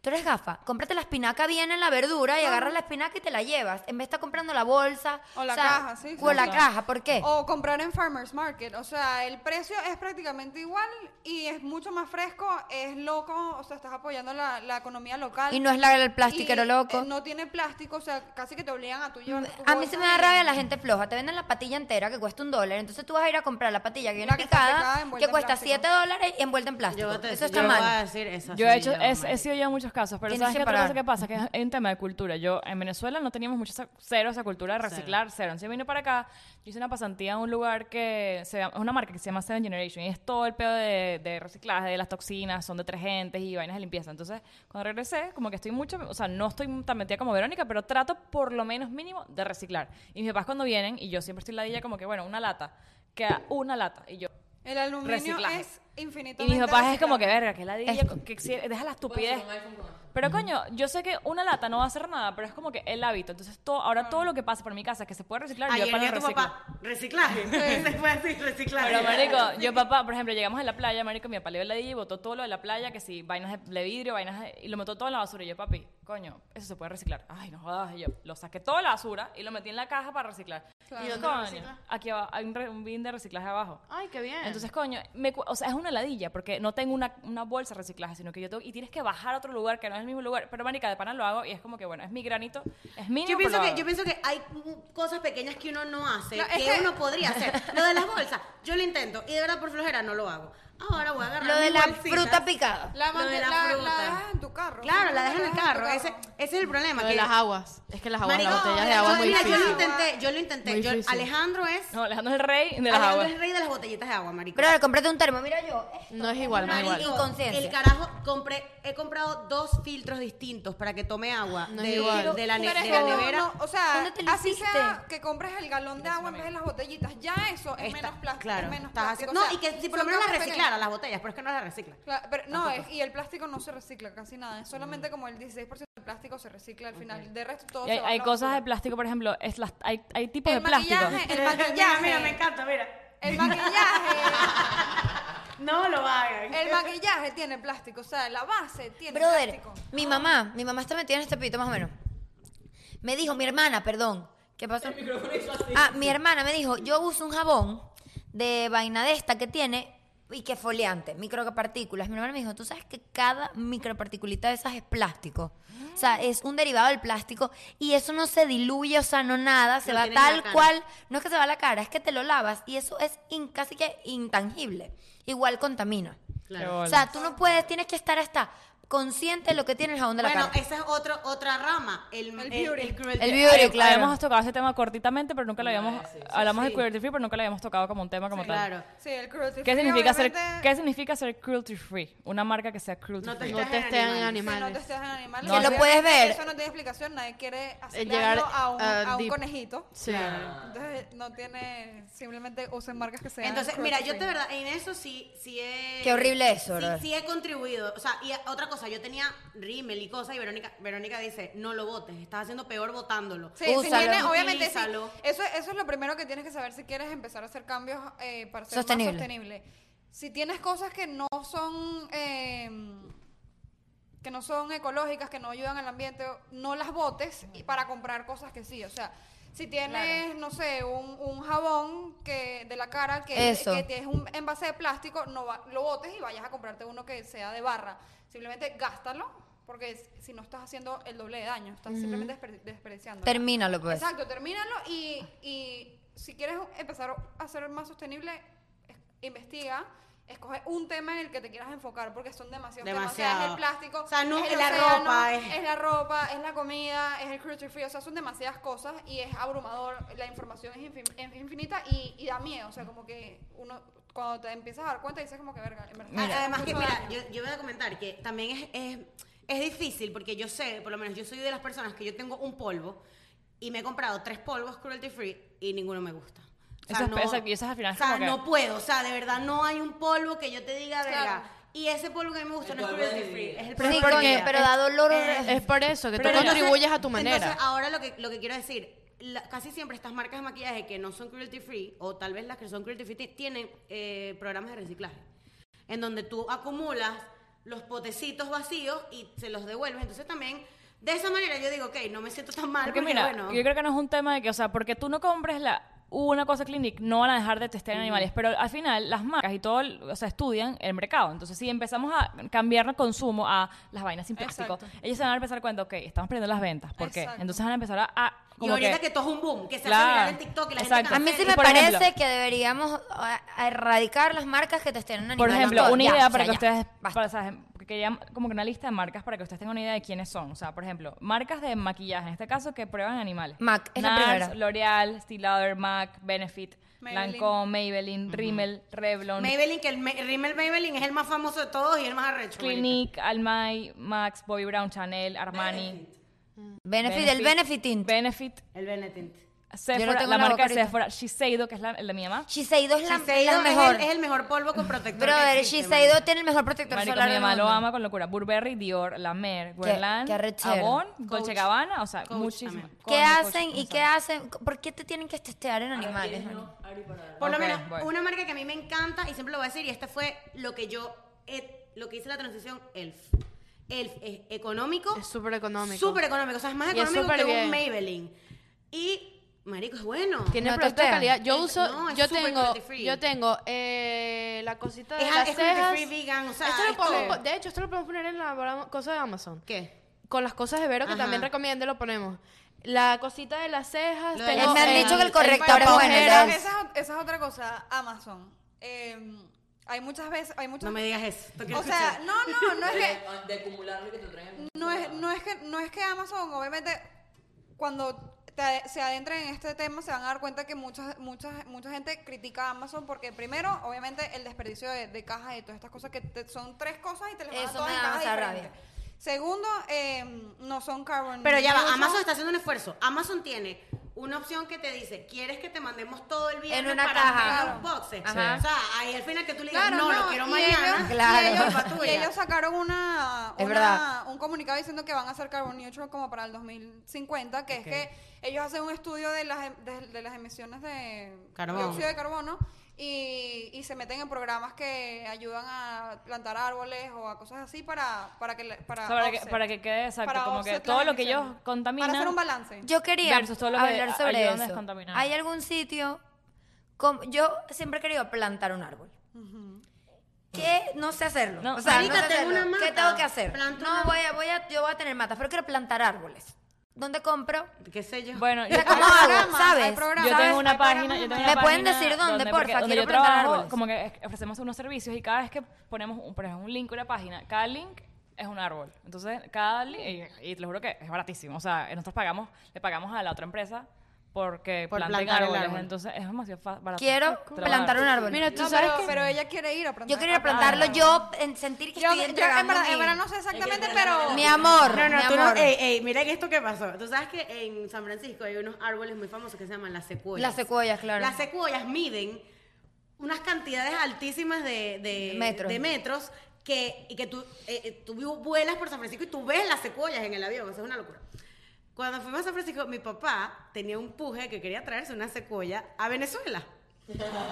tú eres gafa. Cómprate la espinaca bien en la verdura y agarras la espinaca y te la llevas. En vez de estar comprando la bolsa. O la caja, sí, O sí, la sí. caja. ¿Por qué? O comprar en Farmer's Market. O sea, el precio es prácticamente igual y es mucho más fresco, es loco, o sea, estás apoyando la, la economía local. y no es la del plastiquero Y, loco. eh, no tiene plástico, o sea, casi que te obligan a tu llevar. tu A mí bolsa se me da y- rabia la gente floja. Te venden la patilla entera que cuesta un dólar. Entonces tú vas a ir a comprar la patilla que viene La que está picada, picada, envuelta que en cuesta plástico. 7 dólares y envuelta en Yo plástico. voy a Eso decir- está yo voy a mal. decir esa Yo soy he hecho, es- he marica. sido yo en muchos casos, pero Tienes ¿sabes que qué otra cosa parar. que pasa? Que es en tema de cultura. Yo en Venezuela no teníamos mucha, esa- cero esa cultura de reciclar, cero. Entonces vine para acá, yo hice una pasantía en un lugar que se llama- es una marca que se llama Seven Generation y es todo el pedo de, de reciclaje, de las toxinas, son detergentes y vainas de limpieza. Entonces cuando regresé, como que estoy mucho, o sea, no estoy tan metida como Verónica, pero trato por lo menos mínimo de reciclar. Y mis papás cuando vienen, y yo siempre estoy ladilla como que, bueno, una lata, queda una lata. Y yo, El aluminio Reciclaje. es y infinitamente. mis papás es como que, reciclable. verga, que ladilla, Es- que, si- deja la Puede estupidez. ser un iPhone con- Pero coño, yo sé que una lata no va a hacer nada, pero es como que el hábito. Entonces, todo, ahora todo lo que pasa por mi casa que se puede reciclar, yo Ayer para vi a tu reciclo. papá, reciclaje. Se fue así, reciclaje. Pero marico, yo papá, por ejemplo, llegamos a la playa, marico, mi papá le dio la DJ y botó todo lo de la playa, que si vainas de, de vidrio, vainas de- y lo metió todo en la basura. Y yo, papi, coño, eso se puede reciclar. Ay, no jodas. Y yo lo saqué todo de la basura y lo metí en la caja para reciclar. Claro. Y yo, ¿Y coño, aquí abajo, hay un, re- un bin de reciclaje abajo. Ay, qué bien. Entonces, coño, me, cu- o sea, es una ladilla porque no tengo una, una bolsa de reciclaje, sino que yo tengo y tienes que bajar a otro lugar que no es el mismo lugar. Pero marica, de pana lo hago y es como que bueno, es mi granito, es mínimo. Yo pero pienso, lo que, hago. yo pienso que hay mm, cosas pequeñas que uno no hace, No, es que, que- uno podría hacer. [LAUGHS] Lo de las bolsas, yo lo intento y de verdad por flojera no lo hago. Ahora voy a agarrar Lo de mis la bolsitas. fruta picada. La, Lo de la mante- la- la fruta. dejas en tu carro. Claro, la La dejo en el dejas en tu carro. Ese, carro. ese es el problema. Lo que- de las aguas. Es que las aguas, Marico, las botellas de yo- agua es muy mira, yo difícil. lo intenté, yo lo intenté. Muy Yo- difícil. Alejandro es. No, Alejandro es el rey de las Alejandro aguas. es el rey de las botellitas de agua, marico. Pero cómprate un termo. Mira yo. esto No es igual, no es una igual. Inconsciencia. el carajo, compré, he comprado dos filtros distintos para que tome agua No es de, igual. de la, ne- Pero es de la que no, nevera. no, o sea, ¿Dónde te lo así hiciste? sea que compres el galón de agua en vez de las botellitas. Ya eso es menos plástico. Claro, es menos estás plástico. haciendo- o sea, no, y que si por lo son menos las cosas reciclas, reciclara las botellas, pero es que no las recicla. Cla- pero no, es- y el plástico no se recicla casi nada. Es solamente como el 16% del plástico se recicla al final. De resto, todo Y hay, se va a hay la cosas de basura. plástico, por ejemplo, es las- hay, hay tipos El de plástico. maquillaje, pues, [LAUGHS] el mira, maquillaje. mira, me encanta, mira. El maquillaje. No lo hagan. El maquillaje tiene plástico. O sea, la base tiene Brother, plástico. mi mamá, mi mamá está metida en este pito más o menos. Me dijo, mi hermana, perdón. ¿Qué pasó? Ah, mi hermana me dijo, yo uso un jabón de vaina de esta que tiene y que es foliante, micropartículas. Mi hermana me dijo, tú sabes que cada microparticulita de esas es plástico. O sea, es un derivado del plástico y eso no se diluye, o sea, no nada, se Lo va tienes en la tal cara. cual. No es que se va a la cara, es que te lo lavas y eso es in- casi que intangible. Igual contamina. Qué O sea, tú no puedes, tienes que estar hasta consciente de lo que tiene el jabón de la Bueno, cara. esa es otro, otra rama. El, El el- beauty. el cruelty. El beauty, Ay, claro. Habíamos tocado ese tema cortitamente, pero nunca lo habíamos. sí, sí, hablamos sí. de queer free, pero nunca lo habíamos tocado como un tema como tal. Claro. Sí, el cruelty ¿Qué free, significa, ser, obviamente, ¿Qué significa ser cruelty free? Una marca que sea cruelty No te free. No Testean testean en animales. Si no animales. te en animales. Que lo obviamente puedes ver. Eso no tiene explicación. Nadie quiere hacerle llegar algo a un, a a un deep. conejito. Sí. Entonces, no tiene. Simplemente usen marcas que sean. Entonces, mira, yo cruelty de free. verdad, en eso sí, sí he... Qué horrible eso, sí, ¿verdad? sí he contribuido. O sea, y a- otra cosa, yo tenía rímel y cosas y Verónica, Verónica dice, no lo votes, estás haciendo peor votándolo. Sí, sí Úsalo. tiene, obviamente sí. Utilízalo. Eso, eso es lo primero que tienes que saber si quieres empezar a hacer cambios eh, para ser Sostenible. más sostenible. Si tienes cosas que no son eh, que no son ecológicas, que no ayudan al ambiente, no las botes y para comprar cosas que sí. O sea, si tienes, no sé, un, un jabón que de la cara que, Eso. que es un envase de plástico, no va- lo botes y vayas a comprarte uno que sea de barra. Simplemente gástalo, porque es- si no estás haciendo el doble de daño, estás simplemente desper- desperdiciando. Termínalo, pues. Exacto, termínalo y, y si quieres empezar a ser más sostenible, es- investiga, escoge un tema en el que te quieras enfocar, porque son demasiados temas. O sea, es Demasiado. el plástico, O sea, no- es el la océano, ropa, eh. es... es- la ropa, es la comida, es el cruelty free, o sea, son demasiadas cosas y es abrumador, la información es infin- es infinita y, y da miedo, o sea, como que uno cuando te empiezas a dar cuenta dices como que verga, en verdad, A- hace Ah, Además que, mucho mira, daño". yo, yo voy a comentar que también es, es, es difícil porque yo sé, por lo menos yo soy de las personas que yo tengo un polvo y me he comprado tres polvos cruelty free y ninguno me gusta. Eso es- exacto, y eso es al final o sea, como que- no puedo, o sea, de verdad no hay un polvo que yo te diga, verga. Claro. Y ese polvo que a mí me gusta El no es polvo de cruelty mi free, vida. es el Pero polvo sí, de mi coño, vida. pero da dolor. eh, Eh, Es por eso, que tú Pero Entonces- ah, contribuyes a tu manera. Entonces, ahora lo que, lo que quiero decir, la- casi siempre estas marcas de maquillaje que no son cruelty free, o tal vez las que son cruelty free, ti- tienen eh, programas de reciclaje, en donde tú acumulas los potecitos vacíos y se los devuelves. Entonces también, de esa manera yo digo, ok, no me siento tan mal, Porque porque, mira, bueno, yo creo que no es un tema de que, o sea, porque tú no compres la una cosa clinic, no van a dejar de testear en animales, pero al final las marcas y todo, el- o sea, estudian el mercado. Entonces, si empezamos a cambiar el consumo a las vainas sin plástico, Exacto. ellos se van a empezar a dar cuenta, ok, estamos perdiendo las ventas, ¿por qué? Exacto. Entonces van a empezar a... a- y como ahorita que- que, todo es un boom, que se Claro, hace viral en TikTok y la exacto. gente A mí sí cancela. me por parece ejemplo- que deberíamos a- a erradicar las marcas que testean animales. Por ejemplo, Todo, una ya, idea o para que sea, ya, ustedes, basta. para, o sea, que querían como que una lista de marcas para que ustedes tengan una idea de quiénes son. O sea, por ejemplo, marcas de maquillaje, en este caso que prueban animales. MAC, es la NARS, primera. L'Oreal, Estée Lauder, MAC, Benefit, Maybelline. Lancôme, Maybelline, Rimmel, Revlon, Maybelline, que el me- Rimmel Maybelline es el más famoso de todos y el más arrecho. marica. Clinique, Almay, Max, Bobby Brown, Chanel, Armani. Benefit, el benefiting. Benefit, El Benetint. Sephora, tengo la, en la boca marca de ahorita. Sephora, Shiseido, que es la, el de mi mamá. Shiseido es la, Shiseido la es mejor. el- es el mejor polvo con protector. que Brother, existe, Shiseido tiene el mejor protector Marico, solar mi del mamá lo mundo. ama con locura. Burberry, Dior, La Mer, Guerlain, qué arrechera. Avon, Dolce Gabbana, o sea, Coach muchísimas. también. ¿Qué Coach, Coach, hacen Coach, y qué hacen? ¿Por qué te tienen que testear en animales? marico? Por Ok, lo menos, voy. una marca que a mí me encanta y siempre lo voy a decir, y esta fue lo que yo, eh, lo que hice la transición, ELF. ELF es económico, Es súper económico. oh, súper económico, o sea, es más Y es económico súper que bien. un Maybelline. Y, marico, es bueno. Tiene No producto de testean. calidad. Yo Es- uso, no, es yo súper tengo, cruelty free. yo tengo eh, la cosita de Es- las es cruelty cejas. free vegan, o sea, Esto lo es podemos todo. po- de hecho, esto lo podemos poner en la bra- cosa de Amazon. ¿Qué? Con las cosas de Vero que Ajá. también recomiendo lo ponemos. La cosita de las cejas. Lo de las tengo cejas. Me han dicho que eh, el corrector es bueno, ojeras. ya. esa, es- esa es otra cosa, Amazon. Eh, hay muchas veces, hay muchas No me digas eso. te quiero O sea, escuchar. no, no, [LAUGHS] no es que ah, De acumular lo que tú traes. no es, no es que no es que Amazon, obviamente, cuando te ade- se adentren en este tema se van a dar cuenta que muchas, muchas, mucha gente critica a Amazon porque primero, obviamente, el desperdicio de, de cajas y todas estas cosas que te- son tres cosas y te las van a Eso todas me da en cajas mucha diferentes. rabia. Segundo, eh, no son carbon. Pero ya va, neutral. Amazon está haciendo un esfuerzo. Amazon tiene una opción que te dice, ¿quieres que te mandemos todo el viernes En una para caja. entregar Claro. los boxes? Ajá. O sea, ahí al final que tú le digas, Claro, no, no, lo expiró y mañana. ellos- Claro. Y [LAUGHS] ellos, Culpa tuya. y ellos sacaron una, Es una- verdad. un comunicado diciendo que van a hacer carbon neutral como para el 2050, que es que ellos hacen un estudio de las, em- de, de las emisiones de Carbono. dióxido de carbono y, y se meten en programas que ayudan a plantar árboles o a cosas así para, para que... la- Para, O sea, para, que, Ah, offset. para que quede exacto, Para como que offset todo las lo que emisiones. ellos contaminan. Para hacer un balance. Yo quería Versus todo lo que hablar sobre ayudan a eso. descontaminar. ¿Hay algún sitio? com- yo siempre he querido plantar un árbol. Que no sé hacerlo. No, o sea, marica, no sé tengo hacerlo. una ¿Qué mata. tengo que hacer? Planto no, una- voy a, voy a, yo voy a tener matas, pero quiero plantar árboles. ¿Dónde compro? ¿Qué sé yo? Bueno, O yo, sea, ¿cómo hay hago? programas, ¿Sabes? hay programas. yo ¿Sabes? tengo una Hay página. programas Yo tengo ¿Me una pueden página decir dónde, donde, porfa? porque- donde Quiero yo plantar trabajo, árboles. como que es- ofrecemos unos servicios y cada vez que ponemos un, ponemos un link a una página, cada link es un árbol. Entonces, cada link, y, y te lo juro que es baratísimo. O sea, nosotros pagamos, le pagamos a la otra empresa porque Por planten plantar el árboles. árbol. Entonces, es demasiado fa- barato. Quiero Te lo plantar van un a dar. árbol. Mira, tú No, sabes pero, que... pero ella quiere ir a plantar. yo quería a plantar plantarlo árboles. yo, en sentir que Yo, yo- estoy en entregando verdad, mi- en verdad no sé exactamente, pero... mi amor. No, no, mi tú no. eh, amor. Ey, ey, mira que esto que pasó. Tú sabes que en San Francisco hay unos árboles muy famosos que se llaman las secuoyas. Las secuoyas, claro. Las secuoyas miden unas cantidades altísimas de, de- Metros. de metros que, y que tú, eh, eh, tú vu- vuelas por San Francisco y tú ves las secuoyas en el avión. Eso es una locura. Cuando fuimos a San Francisco, mi papá tenía un puje que quería traerse una secuoya a Venezuela.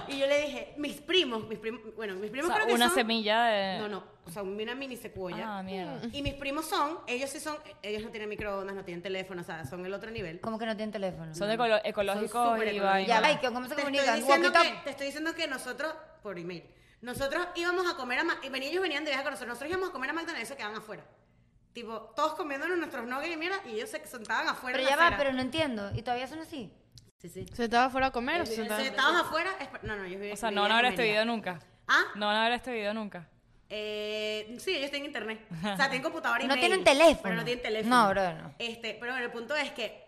Y yo le dije, mis primos, mis primos, bueno, mis O primos sea, creo que una son- semilla de. No, Mm. no, o sea, una mini secuoya. Ah, mierda. Y mis primos son, ellos sí son, ellos no tienen microondas, no tienen teléfono, o sea, son el otro nivel. ¿Cómo que no tienen teléfono? Son ecolo- Son ecológicos súper y ecológicos. Ya, vaina. like, ¿cómo se Te estoy, comunican? diciendo Walkie-talkie. que, te estoy diciendo que nosotros, por email, nosotros íbamos a comer a Ma- Venillos venían de viaje con nosotros, nosotros íbamos a comer a McDonald's y se quedaban afuera. Tipo, todos comiéndonos nuestros nuggets y mierda, y ellos se sentaban afuera. Pero en la ya va, acera. pero no entiendo. ¿Y todavía son así. Sí, sí. ¿Se estaba fuera a comer o se estaba- Sentados afuera, esper- no, no, yo viví- O sea, vivía no van a ver en este Mérida. video nunca. ¿Ah? No van a ver este video nunca. Eh, sí, ellos tienen internet. O [LAUGHS] sea, tienen computadora y No mail, tienen teléfono. Pero no tienen teléfono. No, bro, no. Este, pero bueno, el punto es que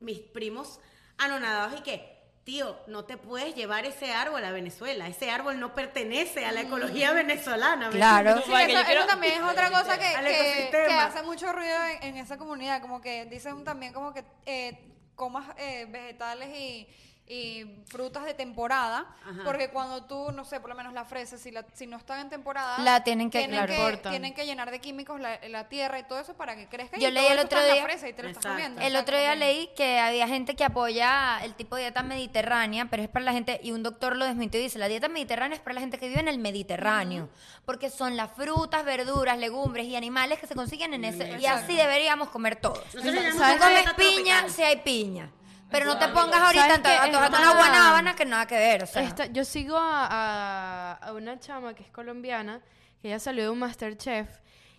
mis primos anonadados y que, tío, no te puedes llevar ese árbol a Venezuela. Ese árbol no pertenece a la ecología venezolana. ¿me Mm. Claro. Tú, Sí, vale, eso, que yo eso quiero- también es otra cosa que, Al que, ecosistema. que hace mucho ruido en, en esa comunidad, como que dicen también como que eh, comas eh, vegetales y, y frutas de temporada, Ajá. porque cuando tú, no sé, por lo menos la fresa, si, la, si no están en temporada, La tienen que- claro. Cortan. tienen que llenar de químicos la, la tierra y todo eso para que crezca. Yo y leí todo el eso otro está en día- La fresa y te lo estás Exacto. comiendo. El otro día leí que había gente que apoya el tipo de dieta mediterránea, pero es para la gente, y un doctor lo desmintió y dice, la dieta mediterránea es para la gente que vive en el Mediterráneo, porque son las frutas, verduras, legumbres y animales que se consiguen en ese, y así deberíamos comer todos. Nosotros le Tú llamamos comes dieta piña tropical. si hay piña, pero no te pongas ahorita ¿Sabes a qué? to- a Esta- tomarte una guanábana que nada que ver, o sea. Esta- yo sigo a, a- a una chama que es colombiana, que ella salió de un Masterchef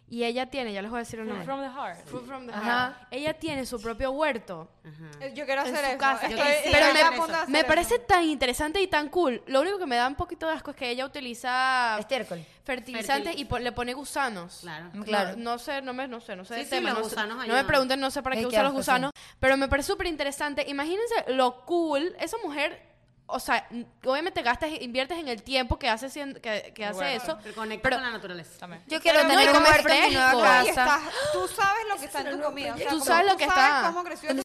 y ella tiene, ya les voy a decir un Food nombre. from the heart. Food from the Ajá. heart. Ella tiene su propio huerto. día... Eh, Yo quiero en hacer su eso. casa. estoy- Yo quisiera estoy Pero me- a punto de hacer me eso. parece tan interesante y tan cool. Lo único que me da un poquito de asco es que ella utiliza Estiércol. fertilizantes Fertil- y po- le pone gusanos. Claro. Este Claro. No, no sé, no me, no sé, no sé Sí, del sí, tema. los no, sé- gusanos no me ayudan. pregunten, no sé para Ay, qué qué usan los asco, sí. gusanos, pero me parece súper interesante. Imagínense lo cool, esa mujer, o sea, n- obviamente gastas, inviertes en el tiempo que hace, sien- que, que hace Bueno. eso. Pero conecta Pero- con la naturaleza. También. Yo quiero Pero no, tener y un comer huerto en mi nueva fresco. Y casa. estás- tú sabes lo que está en tu comida. o sea, Tú como sabes lo que está. cómo creció tu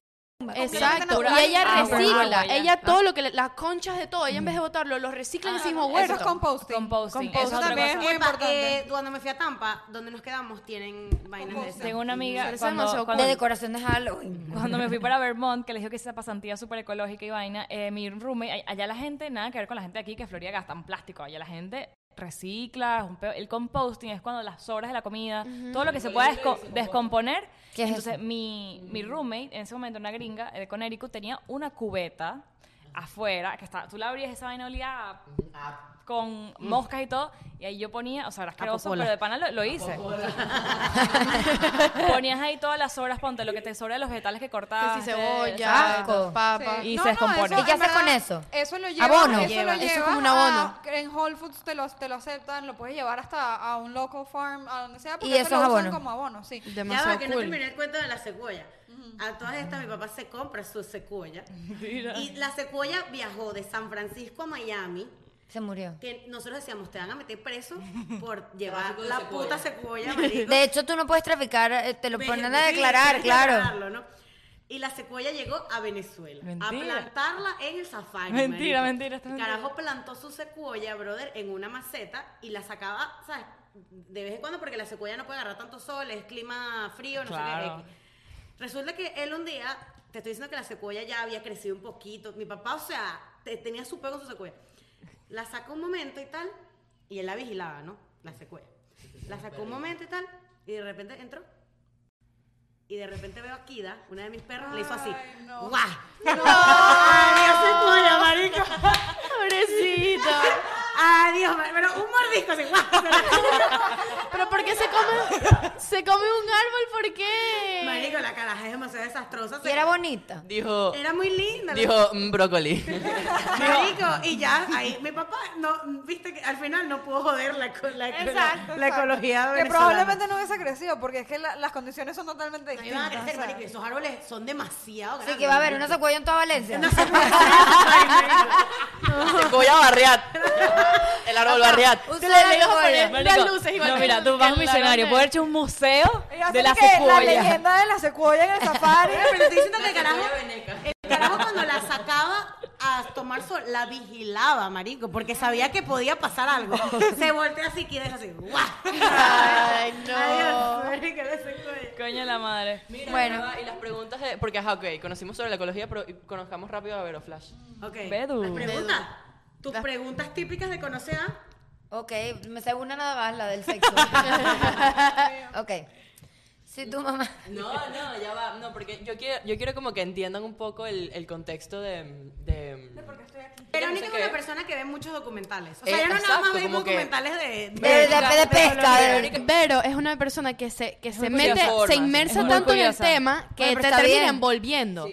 Exacto, natural. y ella Ah, recicla, bueno. ella todo lo que, le- las conchas de todo, ella en vez de botarlo, los recicla Ah, en el mismo Eso es huerto. composting. Composting. Eso es otra también es cosa. muy Epa, importante. eh, cuando me fui a Tampa, donde nos quedamos, tienen vainas de esas. Tengo una amiga Parece cuando, demasiado cuando, De decoración de Halloween. [LAUGHS] cuando me fui para Vermont, que les digo que esa pasantía súper ecológica y vaina, eh, mi roommate, ay- allá la gente, nada que ver con la gente de aquí, que en Florida gastan plástico, allá la gente recicla, es un peo- el composting es cuando las sobras de la comida, todo lo que se pueda desco- descomponer. ¿Qué es Entonces, mi, mi roommate, en ese momento una gringa eh, de Connecticut, tenía una cubeta afuera, que está, tú la abrías esa vaina olía a- con moscas y todo, y ahí yo ponía, o sea, era asqueroso, popola. pero de pana lo, lo hice. [LAUGHS] Ponías ahí todas las sobras, ponte lo que te sobra de los vegetales que Que cortabas. si eh, cebolla, asco. papa. Y se descompone. eso, ¿Y qué en haces con verdad, eso? Eso lo lleva, Abono. Eso, Lleva, lo eso es lleva como un abono. a- en Whole Foods te lo, te lo aceptan, lo puedes llevar hasta a un local farm, a donde sea, porque Y eso eso es lo usan abono. como abono, sí. Ya Demasiado va, que no cool. terminé el cuento de la secuoya. A todas estas, mi papá se compra su secuoya. Y la secuoya viajó de San Francisco a Miami. Se murió. que nosotros decíamos, te van a meter preso por llevar la puta secuoya, marico. De hecho, tú no puedes traficar, eh, te lo Ve- ponen a sí, declarar, tienes que claro. declararlo, ¿no? Y la secuoya llegó a Venezuela Mentira. a plantarla en el safari. Mentira, marico. mentira, esto es El carajo plantó su secuoya, brother, en una maceta y la sacaba, ¿sabes? De vez en cuando porque la secuoya no puede agarrar tanto sol, es clima frío, no Claro. sé qué. Resulta que él un día, te estoy diciendo que la secuoya ya había crecido un poquito. Mi papá, o sea, te- tenía su pego con su secuoya. La sacó un momento y tal, y él la vigilaba, ¿no? La secuoya. La sacó un momento y tal, y de repente entró. Y de repente veo a Kida, una de mis perros, le hizo así. Ay, no. ¡Guau! [LAUGHS] ¡Adiós, secuoya, marico! [LAUGHS] Pobrecito. ¡Adiós! mar- Pero un mordisco así, ¡guau! Pero ¿por qué se come, se come un árbol? ¿Por qué? Marico, la caraja es demasiado desastrosa. Y era bonita. Dijo, Era muy linda. la dijo "Mm, brócoli. [LAUGHS] Marico, y ya ahí mi papá no viste que al final no pudo joder la, eco- la, eco- Exacto, la exacto. ecología Que venezolana. probablemente no hubiese crecido, porque es que la- las condiciones son totalmente Ahí van a distintas. crecer, o sea. marico, esos árboles son demasiado grandes. Así que va a haber una secuoya en toda Valencia. No se [LAUGHS] puede hacer eso, ay, marico. Voy a [LAUGHS] barriat. El árbol barriat. Un Te solo le dejo secuoya. poner- Marico, Las luces, igual no, que mira, el- tú que vas a el un misionario, ladrón puedes hecho un museo Y hacen de la que La secuoya. leyenda de la secuoya en el [LAUGHS] safari. Pero estoy diciendo que el carajo, secuoya veneca. el carajo cuando la sacaba a tomar sol, la vigilaba, marico, porque sabía que podía pasar algo. Se voltea así y deja así, ¡guau! Ay, no. Adiós, marico, la secuoya. Coño de la madre. Mira, Bueno. ya va, y las preguntas de... Porque, ajá, ok, conocimos sobre la ecología, pero y- conozcamos rápido a Veroflash. Ok, Bedu. las preguntas. Tus preguntas típicas de conocer a... Ok, me sé una nada más, la del [LAUGHS] sexo. ok. Si tu mamá... No, no, ya va. No, porque yo quiero, yo quiero como que entiendan un poco el, el contexto de... de, Verónica no es sé una qué. persona que ve muchos documentales. O Eh, sea, yo no nada más exacto, veo como que- documentales de... De, de- de pesca. de- Vero es una persona que se, que se muy mete, curiosa. se Es inmersa muy tanto en el curiosa. tema que Bueno, pero te está termina bien. envolviendo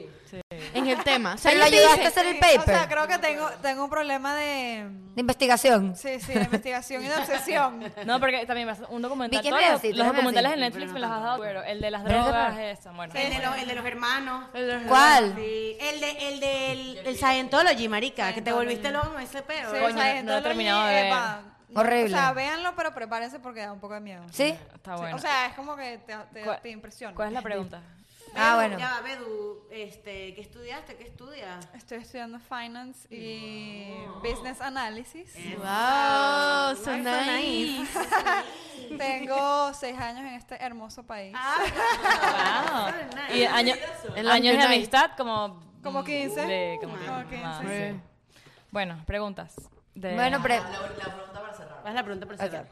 en el tema. O sea, Pero lo ella te ayudaste dice- a hacer el Sí, paper. O sea, creo que tengo, tengo un problema de. De investigación. Sí, sí, de investigación y de obsesión. No, porque también vas- un documental. Vicky, todos hazme los- así, tú los hazme documentales así. en Netflix me los has dado. Pero el de las Pero es de drogas, verdad. eso, bueno. El de, los, el de los hermanos. ¿Cuál? Sí, El de el del el Scientology, marica, que te volviste loco ese peo. Sí, Coño, esa no he gente terminado lo- de ver. epa, Horrible. O sea, véanlo, pero prepárense porque da un poco de miedo. ¿Sí? Está bueno. O sea, es como que te, te, ¿Cuál- te impresiona. ¿Cuál es la pregunta? Bedu, Ah, bueno. Ya va, Bedu, este, ¿qué estudiaste? ¿Qué estudias? Estoy estudiando finance y business analysis. Eh. Wow, so Ay, so nice. [LAUGHS] Tengo seis años en este hermoso país. [LAUGHS] Ah. Y año- En los años de United. amistad, como. Como 15. de- como Como que 15, más, sí. sí. Bueno, preguntas. de- Bueno, pero... Haz la pregunta para ok. cerrar.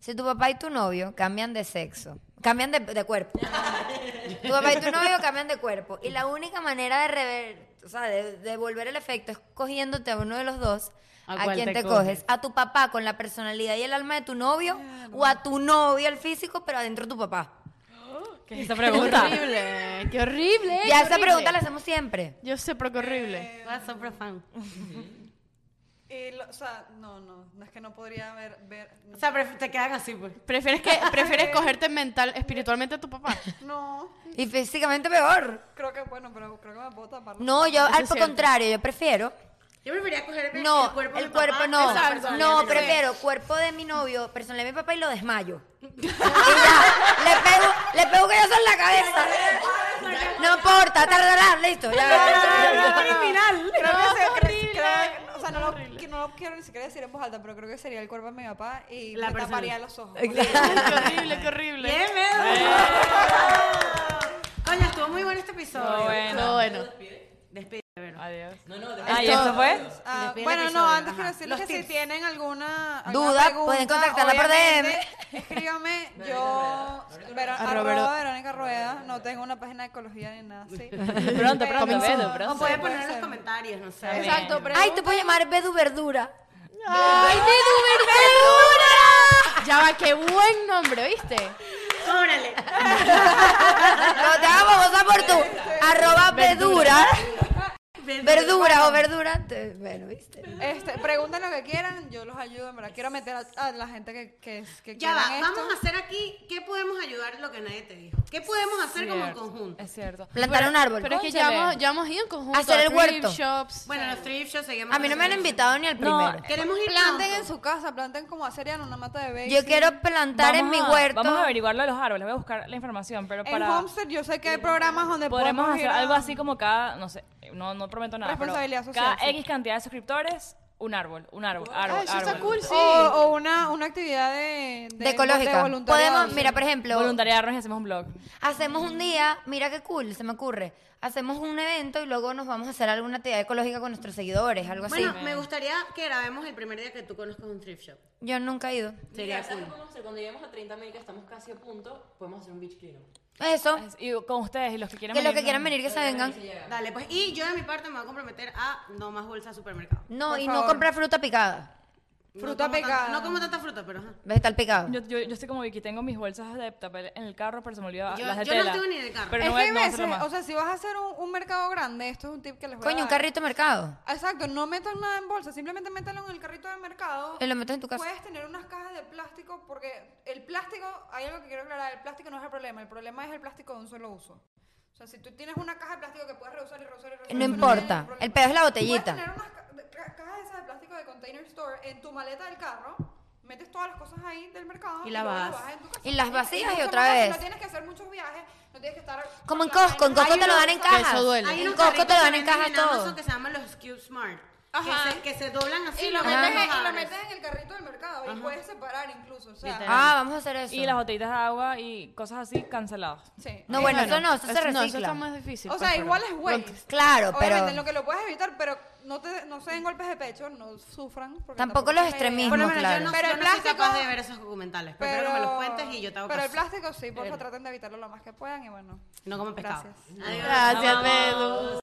Si tu papá y tu novio cambian de sexo, cambian de, de cuerpo. tu papá y tu novio cambian de cuerpo. Y la única manera de rever, o sea, de, de volver el efecto es cogiéndote a uno de los dos. ¿A ¿A, cuál quién te te, coges? coges? ¿A tu papá con la personalidad y el alma de tu novio? ¿O a tu novio, el físico, pero adentro tu papá? ¿Qué es esa Qué [LAUGHS] pregunta? [LAUGHS] horrible. Qué horrible. ya qué esa horrible. pregunta la hacemos siempre. Yo sé, pero qué horrible. What's up, fan? Y lo- o sea, no, no, no es que no podría ver. ver O sea, pref- te quedan así, pues. ¿Prefieres, que, [LAUGHS] ¿Prefieres cogerte mental, espiritualmente a tu papá? no, Y físicamente peor. creo que, bueno, pero creo que me puedo tapar. los- No, yo Eso es al cierto. contrario, yo prefiero. Yo preferiría coger No, el cuerpo de mi papá no. que la personalidad de No, mi novio. prefiero cuerpo de mi novio, personalidad de mi papá y lo desmayo. y ya, le pego, le pego que yo soy en la cabeza. No importa, tardará, listo. Ya. criminal. Creo que se- creo- creo- o sea, no lo, que no lo quiero ni siquiera decir en voz alta, pero creo que sería el cuerpo de mi papá y La me persona. taparía los ojos. qué horrible, qué horrible. Bien, Bedu. Coño, estuvo muy bueno este episodio. Muy bueno. No, bueno. Despide, Vero. Adiós. No, no, Ah, ¿y eso fue? Ah, Despide el bueno, episodio, no, antes ajá. quiero decirles Los que tips. si tienen alguna, alguna Duda, pregunta, pueden contactarla por DM. obviamente, Escríbame, yo Vero- arroba Verónica Rueda, no tengo una página de ecología ni nada así. Pronto, pronto, Pero- Bedu, pronto. O puedes poner Sí, puede en los ser. comentarios, no sé. Exacto, pero. Ay, te puedo llamar Bedu Verdura. ¡Ay, Bedu Verdura! Ya va, qué buen nombre, ¿viste? Cóbrale. No, te vamos a votar por tú. Arroba Verdura. Verdura o verdura. te- Bueno, viste. Este, pregunten lo que quieran, yo los ayudo, en verdad. Quiero meter a, a la gente que, que, que Ya va, quieran esto. vamos a hacer aquí qué podemos ayudar lo que nadie te dijo. ¿Qué podemos hacer como Cierto, conjunto? Es cierto. Plantar Pero- un árbol. Pero es que ya Cónchale. hemos, ya hemos ido en conjunto. Hacer a el thrift huerto. shops. Bueno, los thrift shows seguimos. A mí no me han haciendo eso. invitado ni al No, primero. Queremos ir Planten pronto. en su casa, planten como aceria en una mata de basil. Yo quiero plantar en mi Vamos a- huerto. Vamos a averiguar lo de los árboles, voy a buscar la información, pero En para... Homestead yo sé que hay programas donde Podremos podemos hacer ir a- algo así como cada, no sé, no, no prometo nada. pero Responsabilidad social, Cada sí. X cantidad de suscriptores, un árbol, un árbol, árbol, eso está árbol. cool, sí. O, o una, una actividad de, de ecológica. voluntariado, Podemos, sí. mira, por ejemplo, Voluntariarnos y hacemos un blog. hacemos un día, mira qué cool, se me ocurre. Hacemos un evento y luego nos vamos a hacer alguna actividad ecológica con nuestros seguidores, algo así. Bueno, me gustaría que grabemos el primer día que tú conozcas un thrift shop. Yo nunca he ido. Sería ¿sabes cool. qué podemos hacer? Cuando lleguemos a 30 mil, que estamos casi a punto, podemos hacer un beach cleanup. Eso, Y con ustedes y los que quieran que los venir, que ¿no? quieran venir que se vengan. Dale, pues, y yo de mi parte me voy a comprometer a no más bolsas al supermercado. No, Por y no favor. comprar fruta picada, No Fruta como picada. tanta- no como tanta fruta, pero ajá. vegetal picado. Yo, yo, yo estoy como Vicky, tengo mis bolsas de papel en el carro, pero se me olvidó Yo- las de yo no tela. tengo ni en el carro. Pero es no que voy, hay a- no voy a hacerlo veces, más. o sea, si vas a hacer un, un mercado grande, esto es un tip que les voy Coño, a un dar. carrito de mercado. Exacto, no metan nada en bolsa, simplemente mételo en el carrito de mercado. Y lo metes en tu casa. Puedes tener unas cajas de plástico porque el plástico, hay algo que quiero aclarar, el plástico no es el problema, el problema es el plástico de un solo uso. O sea, si tú tienes una caja de plástico que puedes reusar y reusar y reusar, No eso importa, tiene ningún problema. el peor es la botellita. Puedes tener unas ca- ca- cajas esas de plástico de container store en tu maleta del carro, metes todas las cosas ahí del mercado Y las luego vas. en tu casa. Y las vacías y mucho otra más fácil, vez. No tienes que hacer muchos viajes, no tienes que estar Como en con la Costco, en vaina. Costco Hay te lo unos dan en usados. cajas. eso duele. Hay En unos Costco te carritos lo dan que en venden cajas Amazon todo. que se llaman los Cube Smart. Ajá. Que se, que se doblan así. Y lo, los metes, en- abres. y lo metes en el carrito del mercado y puedes separar incluso. O sea, Literal. Ah, vamos a hacer eso. Y las botellitas de agua y cosas así canceladas. sí. No, bueno, eso no, eso se Es- No, eso recicla. está más difícil. o pues, sea, pero- igual es bueno. Claro, Obviamente, pero en lo que lo puedes evitar, pero no, te, no se den golpes de pecho, no sufran. porque Tampoco los es la idea. extremismos. Por lo No, menos claro. yo no, Pero yo el no soy capaz plástico- de ver esos documentales. pues, Pero, Pero, que me los cuentes y yo te hago pero el caso. plástico sí, por favor, traten de evitarlo lo más que puedan y bueno. No como pescado. Gracias. Adiós. Gracias, Pedro.